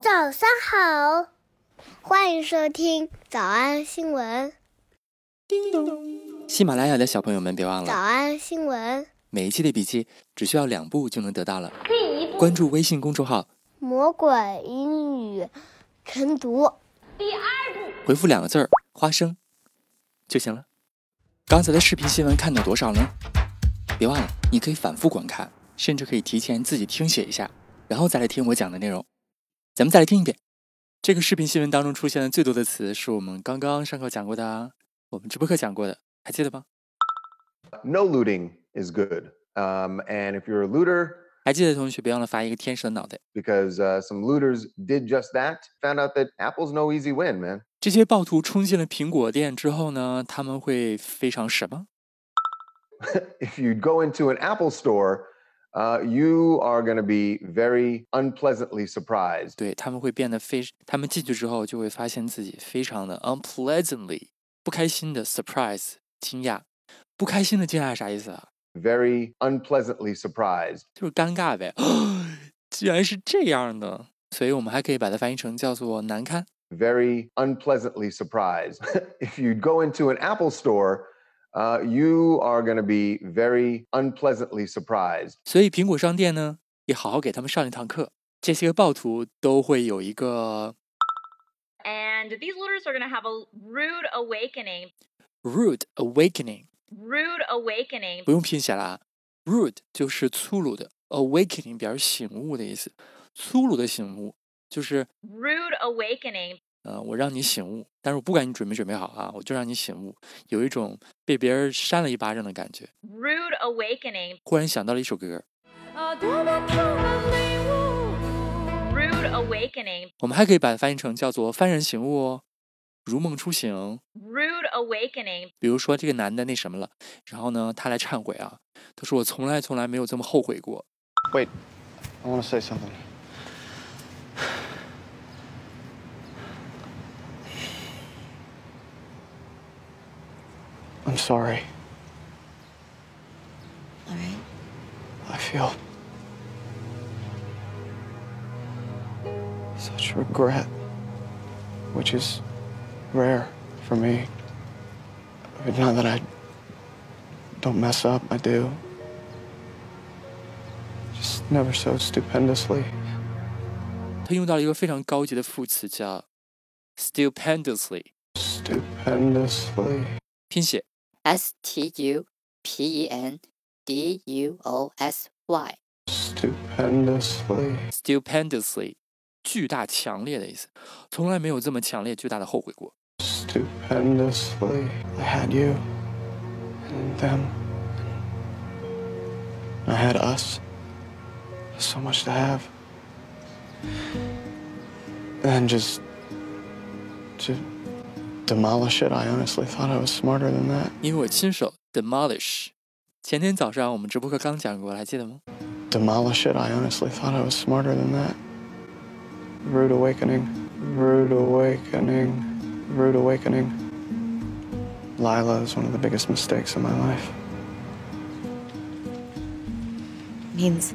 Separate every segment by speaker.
Speaker 1: 早上好，欢迎收听早安新闻。
Speaker 2: 喜马拉雅的小朋友们，别忘
Speaker 1: 早
Speaker 2: 了
Speaker 1: 安新闻，
Speaker 2: 每一期的笔记只需要两步就能得到了。关注微信公众号，
Speaker 1: 魔鬼英语晨读。
Speaker 2: 回复两个字儿“花生”就行了。刚才的视频新闻看到多少呢？别忘了，你可以反复观看，甚至可以提前自己听写一下，然后再来听我讲的内容。咱们再来听一遍。这个视频新闻当中出现的最多的词是我们刚刚上课讲过的啊，我们直播课讲过的，还记得吗？
Speaker 3: no looting is good. Um, and if you're a looter,
Speaker 2: 还记得的同学别忘了发一个天使的脑袋。
Speaker 3: because uh, some looters did just that, found out that Apple's no easy win, man.
Speaker 2: 这些暴徒冲进了苹果店之后呢，他们会非常什么？
Speaker 3: If you go into an Apple store, uh, you are going to be very unpleasantly surprised.
Speaker 2: 对，他们会变得非，他们进去之后就会发现自己非常的 unpleasantly 不开心的 surprise 惊讶，不开心的惊讶是啥意思啊？
Speaker 3: Very unpleasantly surprised.
Speaker 2: 就是尴尬呗， 居然是这样的，所以我们还可以把它翻译成叫做难堪。
Speaker 3: Very unpleasantly surprised. if you go into an Apple store, uh, you are going to be very unpleasantly surprised.
Speaker 2: 所以苹果商店呢，也好好给他们上一堂课，这些个暴徒都会有一个
Speaker 4: And these looters are going to have a rude awakening.
Speaker 2: rude awakening。
Speaker 4: Rude awakening.
Speaker 2: 不用拼写了啊。Rude 就是粗鲁的，awakening 表示醒悟的意思，粗鲁的醒悟就是
Speaker 4: Rude awakening.
Speaker 2: 呃，我让你醒悟，但是我不管你准没准备好啊，我就让你醒悟，有一种被别人扇了一巴掌的感觉。
Speaker 4: Rude awakening.
Speaker 2: 忽然想到了一首歌，
Speaker 4: Rude awakening.
Speaker 2: 我们还可以把它翻译成叫做“幡然醒悟”哦，如梦初醒。
Speaker 4: Rude awakening.
Speaker 2: 比如说这个男的那什么了，然后呢，他来忏悔啊，他说我从来从来没有这么后悔过。
Speaker 5: Wait, I want to say something. I'm sorry.
Speaker 6: All right.
Speaker 5: I feel such regret, which is rare for me. But not that I don't mess up, I do. Just never so stupendously.
Speaker 2: 他用到了一个非常高级的副词叫 stupendously，
Speaker 5: Stupendously.
Speaker 2: 拼写
Speaker 6: S T U P E N D U O S Y.
Speaker 5: Stupendously.
Speaker 2: stupendously，巨大、强烈的意思，从来没有这么强烈、巨大的后悔过。
Speaker 5: Stupendously. I had you. And them. I had us. So much to have. And just to demolish it, I honestly thought I was smarter than that.
Speaker 2: 因为我亲手 demolish。前天早上我们直播课刚讲过，还记得吗？
Speaker 5: demolish it. I honestly thought I was smarter than that. Rude awakening. Rude awakening. Rude awakening. Lila is one of the biggest mistakes in my life.
Speaker 6: Means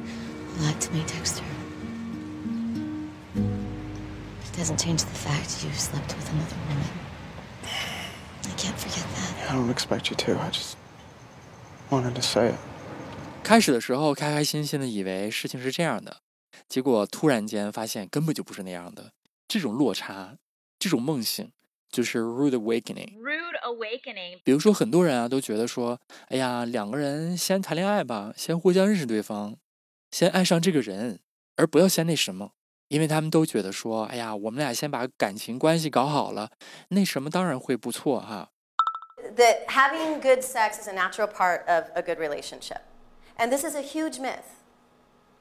Speaker 6: a lot to me, Dexter. It doesn't change the fact you slept with another woman. I can't forget that.
Speaker 5: I don't expect you to. I just wanted to say it.
Speaker 2: 开始的时候开开心心的以为事情是这样的，结果突然间发现根本就不是那样的。这种落差，这种梦醒，就是 rude awakening。
Speaker 4: Rude awakening.
Speaker 2: 比如说，很多人啊都觉得说，哎呀，两个人先谈恋爱吧，先互相认识对方，先爱上这个人，而不要先那什么，因为他们都觉得说，哎呀，我们俩先把感情关系搞好了，那什么当然会不错哈、
Speaker 7: that having good sex is a natural part of a good relationship. And this is a huge myth.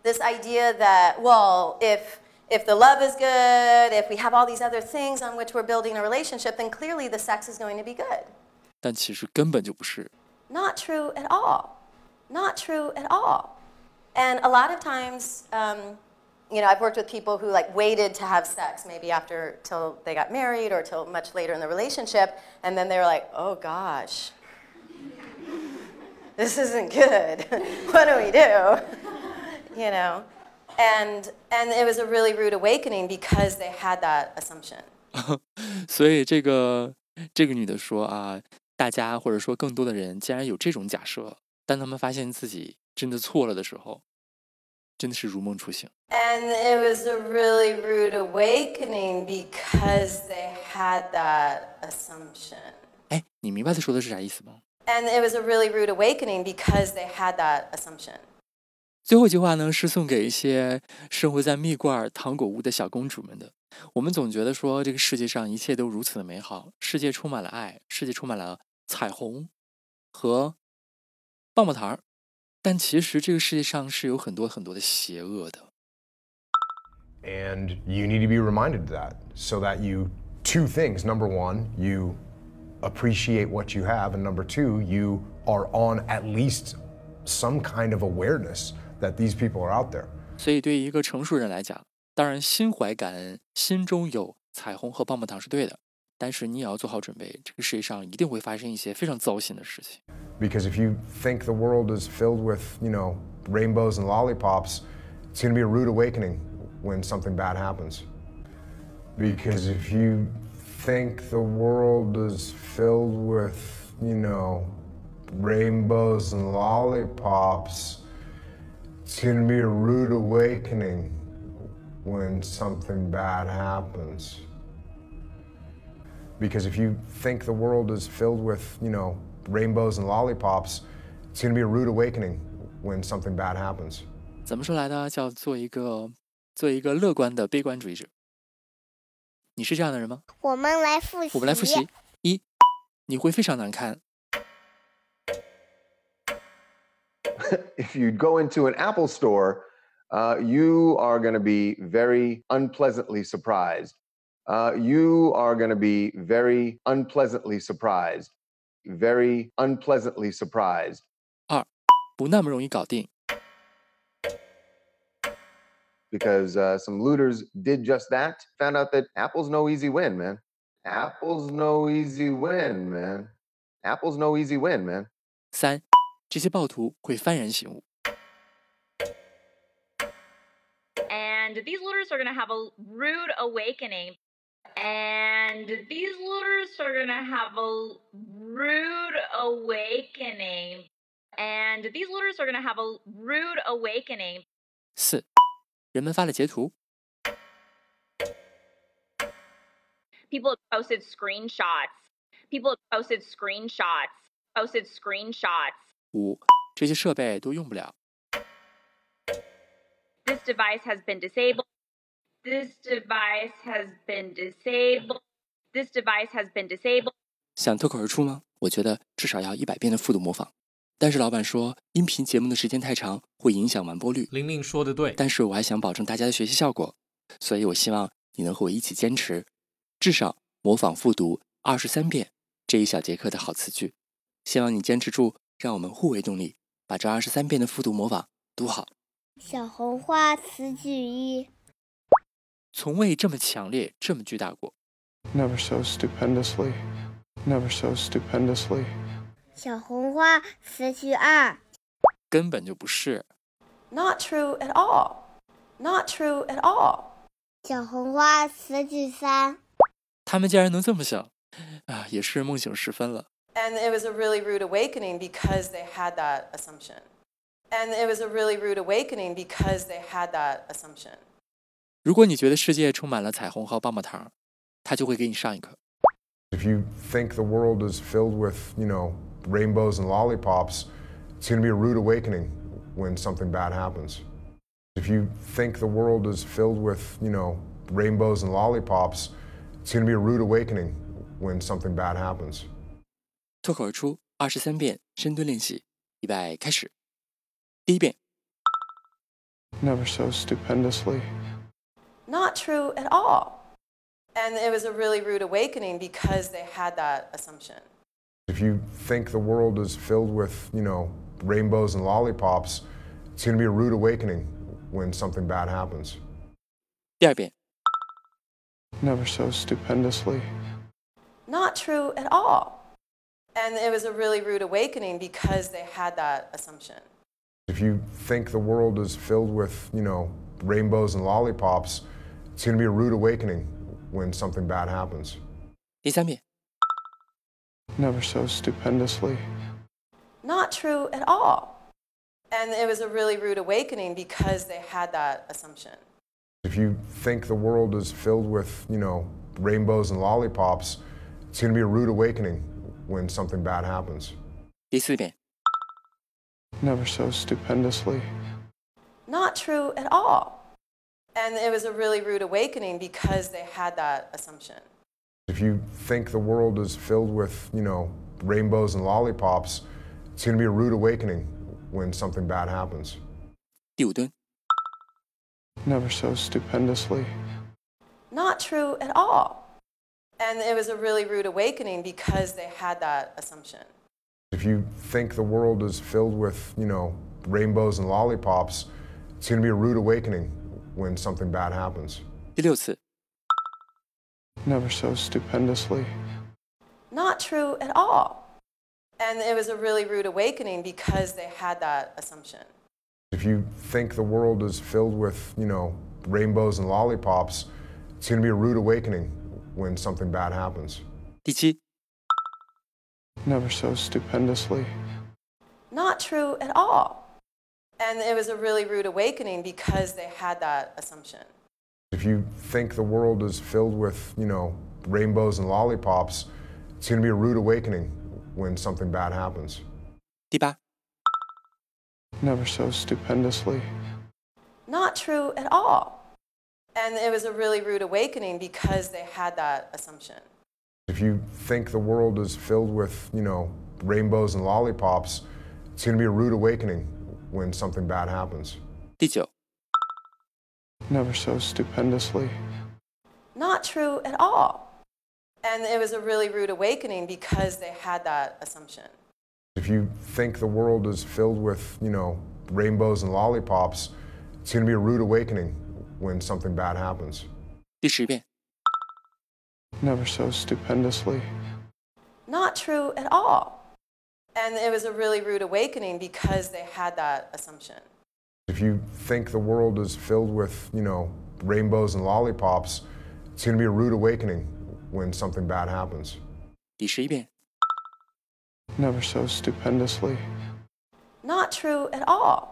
Speaker 7: This idea that, well, if, if the love is good, if we have all these other things on which we're building a relationship, then clearly the sex is going to be good.
Speaker 2: 但其实根本就不是。
Speaker 7: Not true at all. Not true at all. And a lot of times, um, you know, I've worked with people who like waited to have sex maybe after till they got married or till much later in the relationship, and then they were like, oh gosh, this isn't good. what do we do? you know? And, and it was a really rude awakening because they had that assumption.
Speaker 2: 所以这个这个女的说啊，大家或者说更多的人，既然有这种假设，当他们发现自己真的错了的时候，真的是如梦初醒。
Speaker 7: And it was a really rude awakening because they had that assumption.
Speaker 2: 哎，你明白她说的是啥意思吗？
Speaker 7: And it was a really rude awakening because they had that assumption.
Speaker 2: 最后一句话呢，是送给一些生活在蜜罐儿糖果屋的小公主们的。我们总觉得说这个世界上一切都如此的美好，世界充满了爱，世界充满了彩虹和棒棒糖儿，但其实这个世界上是有很多很多的邪恶的。
Speaker 8: And you need to be reminded of that so that you, two things. Number one, you appreciate what you have. And number two, you are on at least some kind of awareness that these people are out there.
Speaker 2: 所以，对于一个成熟人来讲，当然心怀感恩，心中有彩虹和棒棒糖是对的，但是你也要做好准备，这个世界上一定会发生一些非常糟心的事情。
Speaker 8: Because if you think the world is filled with, you know, rainbows and lollipops, it's going to be a rude awakening when something bad happens. Because if you think the world is filled with, you know, rainbows and lollipops, it's going to be a rude awakening when something bad happens. Because if you think the world is filled with, you know, rainbows and lollipops, it's going to be a rude awakening when something bad happens.
Speaker 2: 怎么说来的？叫做一个做一个乐观的悲观主义者。你是这样的人吗？
Speaker 1: 我们来复习。
Speaker 2: 我们来复习：一，你会非常难堪；
Speaker 3: if you go into an Apple store, uh, you are going to be very unpleasantly surprised. Uh, you are going to be very unpleasantly surprised. Very unpleasantly surprised.
Speaker 2: 不那么容易搞定；
Speaker 3: because uh, some looters did just that. Found out that Apple's no easy win, man. Apple's no easy win, man. Apple's no easy win, man.
Speaker 2: 三，这些暴徒会幡然醒悟；
Speaker 4: And these looters are going to have a rude awakening. And these looters are going to have a rude awakening. And these looters are going to have a rude awakening.
Speaker 2: 四，人们发了截图；
Speaker 4: People have posted screenshots. People have posted screenshots. Posted screenshots.
Speaker 2: 五，这些设备都用不了；
Speaker 4: This device has been disabled. This device has been disabled. This device has been disabled.
Speaker 2: 想脱口而出吗？我觉得至少要一百遍的复读模仿。但是老板说，音频节目的时间太长，会影响完播率。
Speaker 9: 玲玲说的对，
Speaker 2: 但是我还想保证大家的学习效果，所以我希望你能和我一起坚持，至少模仿复读二十三遍这一小节课的好词句。希望你坚持住，让我们互为动力，把这二十三遍的复读模仿读好。
Speaker 1: 小红花词句一，
Speaker 2: 从未这么强烈，这么巨大过。
Speaker 5: Never so stupendously. Never so stupendously.
Speaker 1: 小红花词句二，
Speaker 2: 根本就不是，
Speaker 7: Not true at all. Not true at all.
Speaker 1: 小红花词句三，
Speaker 2: 他们竟然能这么想，啊，也是梦醒时分了。
Speaker 7: And it was a really rude awakening because they had that assumption. And it was a really rude awakening because they had that assumption.
Speaker 2: 如果你觉得世界充满了彩虹和棒棒糖，他就会给你上一课。
Speaker 8: If you think the world is filled with, you know, rainbows and lollipops, it's going to be a rude awakening when something bad happens. If you think the world is filled with, you know, rainbows and lollipops, it's going to be a rude awakening when something bad happens.
Speaker 2: 脱口而出二十三遍深蹲练习，预备开始。第一遍，
Speaker 5: Never so stupendously.
Speaker 7: Not true at all. And it was a really rude awakening because they had that assumption.
Speaker 8: If you think the world is filled with, you know, rainbows and lollipops, it's going to be a rude awakening when something bad happens.
Speaker 2: 第二遍，
Speaker 5: Never so stupendously.
Speaker 7: Not true at all. And it was a really rude awakening because they had that assumption.
Speaker 8: If you think the world is filled with, you know, rainbows and lollipops, it's going to be a rude awakening when something bad happens.
Speaker 2: 第三遍，
Speaker 5: never so stupendously.
Speaker 7: Not true at all. And it was a really rude awakening because they had that assumption.
Speaker 8: If you think the world is filled with, you know, rainbows and lollipops, it's going to be a rude awakening when something bad happens.
Speaker 2: 第四遍，
Speaker 5: Never so stupendously.
Speaker 7: Not true at all. And it was a really rude awakening because they had that assumption.
Speaker 8: If you think the world is filled with, you know, rainbows and lollipops, it's going to be a rude awakening when something bad happens.
Speaker 2: 第五蹲，
Speaker 5: Never so stupendously.
Speaker 7: Not true at all. And it was a really rude awakening because they had that assumption.
Speaker 8: If you think the world is filled with, you know, rainbows and lollipops, it's going to be a rude awakening when something bad happens.
Speaker 2: 第六次，
Speaker 5: Never so stupendously.
Speaker 7: Not true at all. And it was a really rude awakening because they had that assumption.
Speaker 8: If you think the world is filled with, you know, rainbows and lollipops, it's going to be a rude awakening when something bad happens.
Speaker 2: 第七，
Speaker 5: Never so stupendously.
Speaker 7: Not true at all. And it was a really rude awakening because they had that assumption.
Speaker 8: If you think the world is filled with, you know, rainbows and lollipops, it's going to be a rude awakening when something bad happens.
Speaker 2: 第八，
Speaker 5: Never so stupendously.
Speaker 7: Not true at all. And it was a really rude awakening because they had that assumption.
Speaker 8: If you think the world is filled with, you know, rainbows and lollipops, it's going to be a rude awakening when something bad happens.
Speaker 2: 第九，
Speaker 5: Never so stupendously.
Speaker 7: Not true at all. And it was a really rude awakening because they had that assumption.
Speaker 8: If you think the world is filled with, you know, rainbows and lollipops, it's going to be a rude awakening when something bad happens.
Speaker 2: 第十遍，
Speaker 5: Never so stupendously.
Speaker 7: Not true at all. And it was a really rude awakening because they had that assumption.
Speaker 8: If you think the world is filled with, you know, rainbows and lollipops, it's going to be a rude awakening when something bad happens.
Speaker 2: 第十一遍，
Speaker 5: Never so stupendously.
Speaker 7: Not true at all.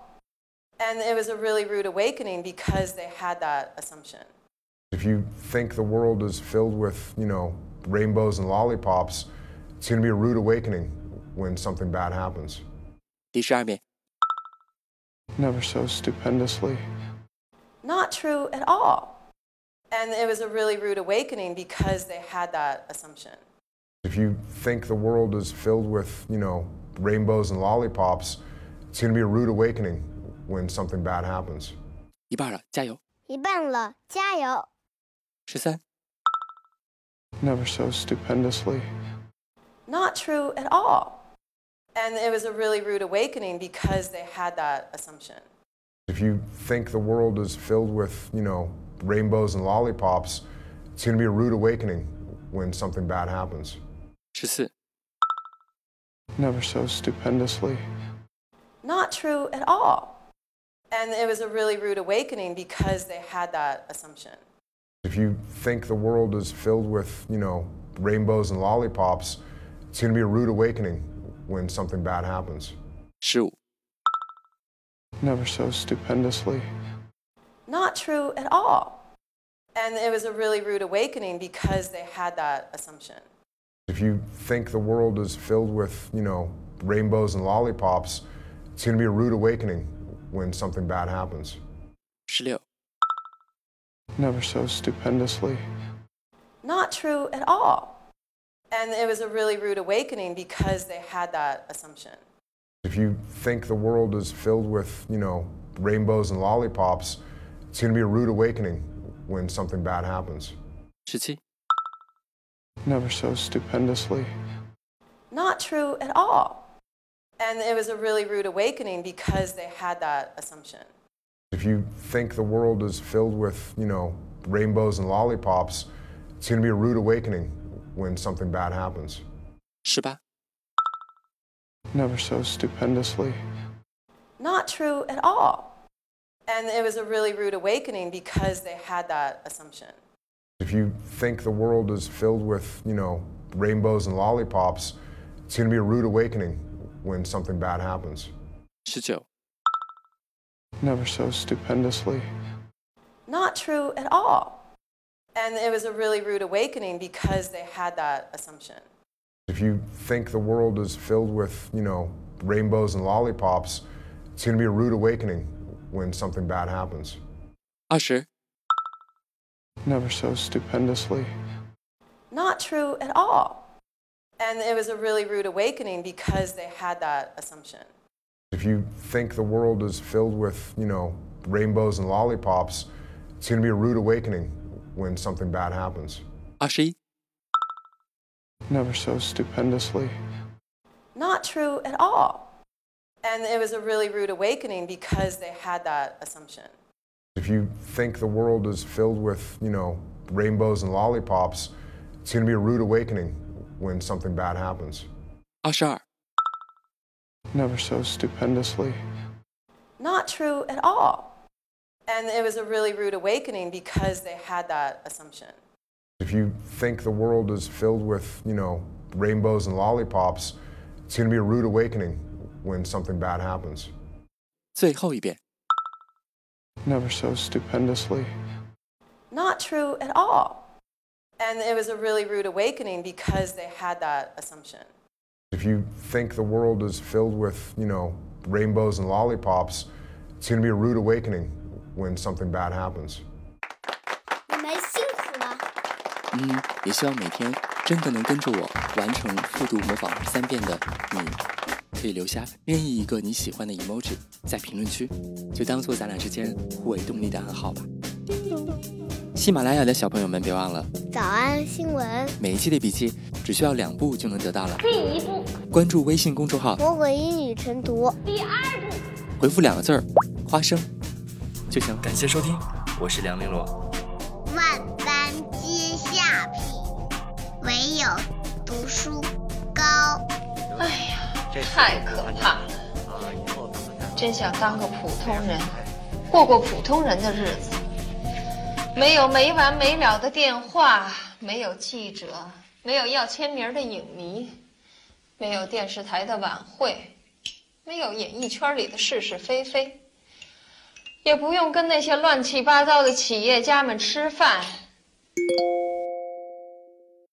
Speaker 7: And it was a really rude awakening because they had that assumption.
Speaker 8: If you think the world is filled with, you know, rainbows and lollipops, it's going to be a rude awakening when something bad happens.
Speaker 2: 第十二遍，
Speaker 5: Never so stupendously.
Speaker 7: Not true at all. And it was a really rude awakening because they had that assumption.
Speaker 8: If you think the world is filled with, you know, rainbows and lollipops, it's going to be a rude awakening when something bad happens.
Speaker 2: 一半了，加油！
Speaker 1: 一半了，加油！
Speaker 2: 十三、
Speaker 5: Never so stupendously.
Speaker 7: Not true at all. And it was a really rude awakening because they had that assumption.
Speaker 8: If you think the world is filled with, you know, rainbows and lollipops, it's going to be a rude awakening when something bad happens.
Speaker 2: 十四、
Speaker 5: Never so stupendously.
Speaker 7: Not true at all. And it was a really rude awakening because they had that assumption.
Speaker 8: If you think the world is filled with, you know, rainbows and lollipops, it's going to be a rude awakening when something bad happens.
Speaker 2: 十五、
Speaker 5: Never so stupendously.
Speaker 7: Not true at all. And it was a really rude awakening because they had that assumption.
Speaker 8: If you think the world is filled with, you know, rainbows and lollipops, it's going to be a rude awakening when something bad happens.
Speaker 2: 十六、
Speaker 5: Never so stupendously.
Speaker 7: Not true at all. And it was a really rude awakening because they had that assumption.
Speaker 8: If you think the world is filled with, you know, rainbows and lollipops, it's going to be a rude awakening when something bad happens.
Speaker 2: 十七、
Speaker 5: Never so stupendously.
Speaker 7: Not true at all. And it was a really rude awakening because they had that assumption.
Speaker 8: If you think the world is filled with, you know, rainbows and lollipops, it's going to be a rude awakening when something bad happens.
Speaker 2: 十八、
Speaker 5: Never so stupendously.
Speaker 7: Not true at all. And it was a really rude awakening because they had that assumption.
Speaker 8: If you think the world is filled with, you know, rainbows and lollipops, it's going to be a rude awakening when something bad happens.
Speaker 2: 十九、
Speaker 5: Never so stupendously.
Speaker 7: Not true at all. And it was a really rude awakening because they had that assumption.
Speaker 8: If you think the world is filled with, you know, rainbows and lollipops, it's going to be a rude awakening when something bad happens.
Speaker 2: 二十、
Speaker 5: Never so stupendously.
Speaker 7: Not true at all. And it was a really rude awakening because they had that assumption.
Speaker 8: If you think the world is filled with, you know, rainbows and lollipops, it's going to be a rude awakening when something bad happens.
Speaker 2: 二十一、
Speaker 5: Never so stupendously.
Speaker 7: Not true at all. And it was a really rude awakening because they had that assumption.
Speaker 8: If you think the world is filled with, you know, rainbows and lollipops, it's going to be a rude awakening when something bad happens.
Speaker 2: 二十二、
Speaker 5: Never so stupendously.
Speaker 7: Not true at all. And it was a really rude awakening because they had that assumption.
Speaker 8: If you think the world is filled with, you know, rainbows and lollipops, it's going to be a rude awakening when something bad happens.
Speaker 2: 最后一遍。
Speaker 5: Never so stupendously.
Speaker 7: Not true at all. And it was a really rude awakening because they had that assumption.
Speaker 8: If you think the world is filled with, you know, rainbows and lollipops, it's going to be a rude awakening when something bad happens.
Speaker 1: 你们辛苦了。
Speaker 2: 嗯，也希望每天真的能跟着我完成复读模仿三遍的你，可以留下任意一个你喜欢的 emoji 在评论区，就当做咱俩之间互为动力的暗号吧。喜马拉雅的小朋友们，别忘了
Speaker 1: 早安新闻，
Speaker 2: 每一期的笔记只需要两步就能得到了。
Speaker 4: 第一步，
Speaker 2: 关注微信公众号，
Speaker 1: 魔鬼英语晨读。
Speaker 4: 第二步。
Speaker 2: 回复两个字儿“花生”就行。感谢收听，我是梁玲珑。
Speaker 9: 万般皆下品，唯有读书高。
Speaker 10: 哎呀，太可怕了！真想当个普通人，过过普通人的日子。没有没完没了的电话，没有记者，没有要签名的影迷，没有电视台的晚会，没有演艺圈里的是是非非，也不用跟那些乱七八糟的企业家们吃饭。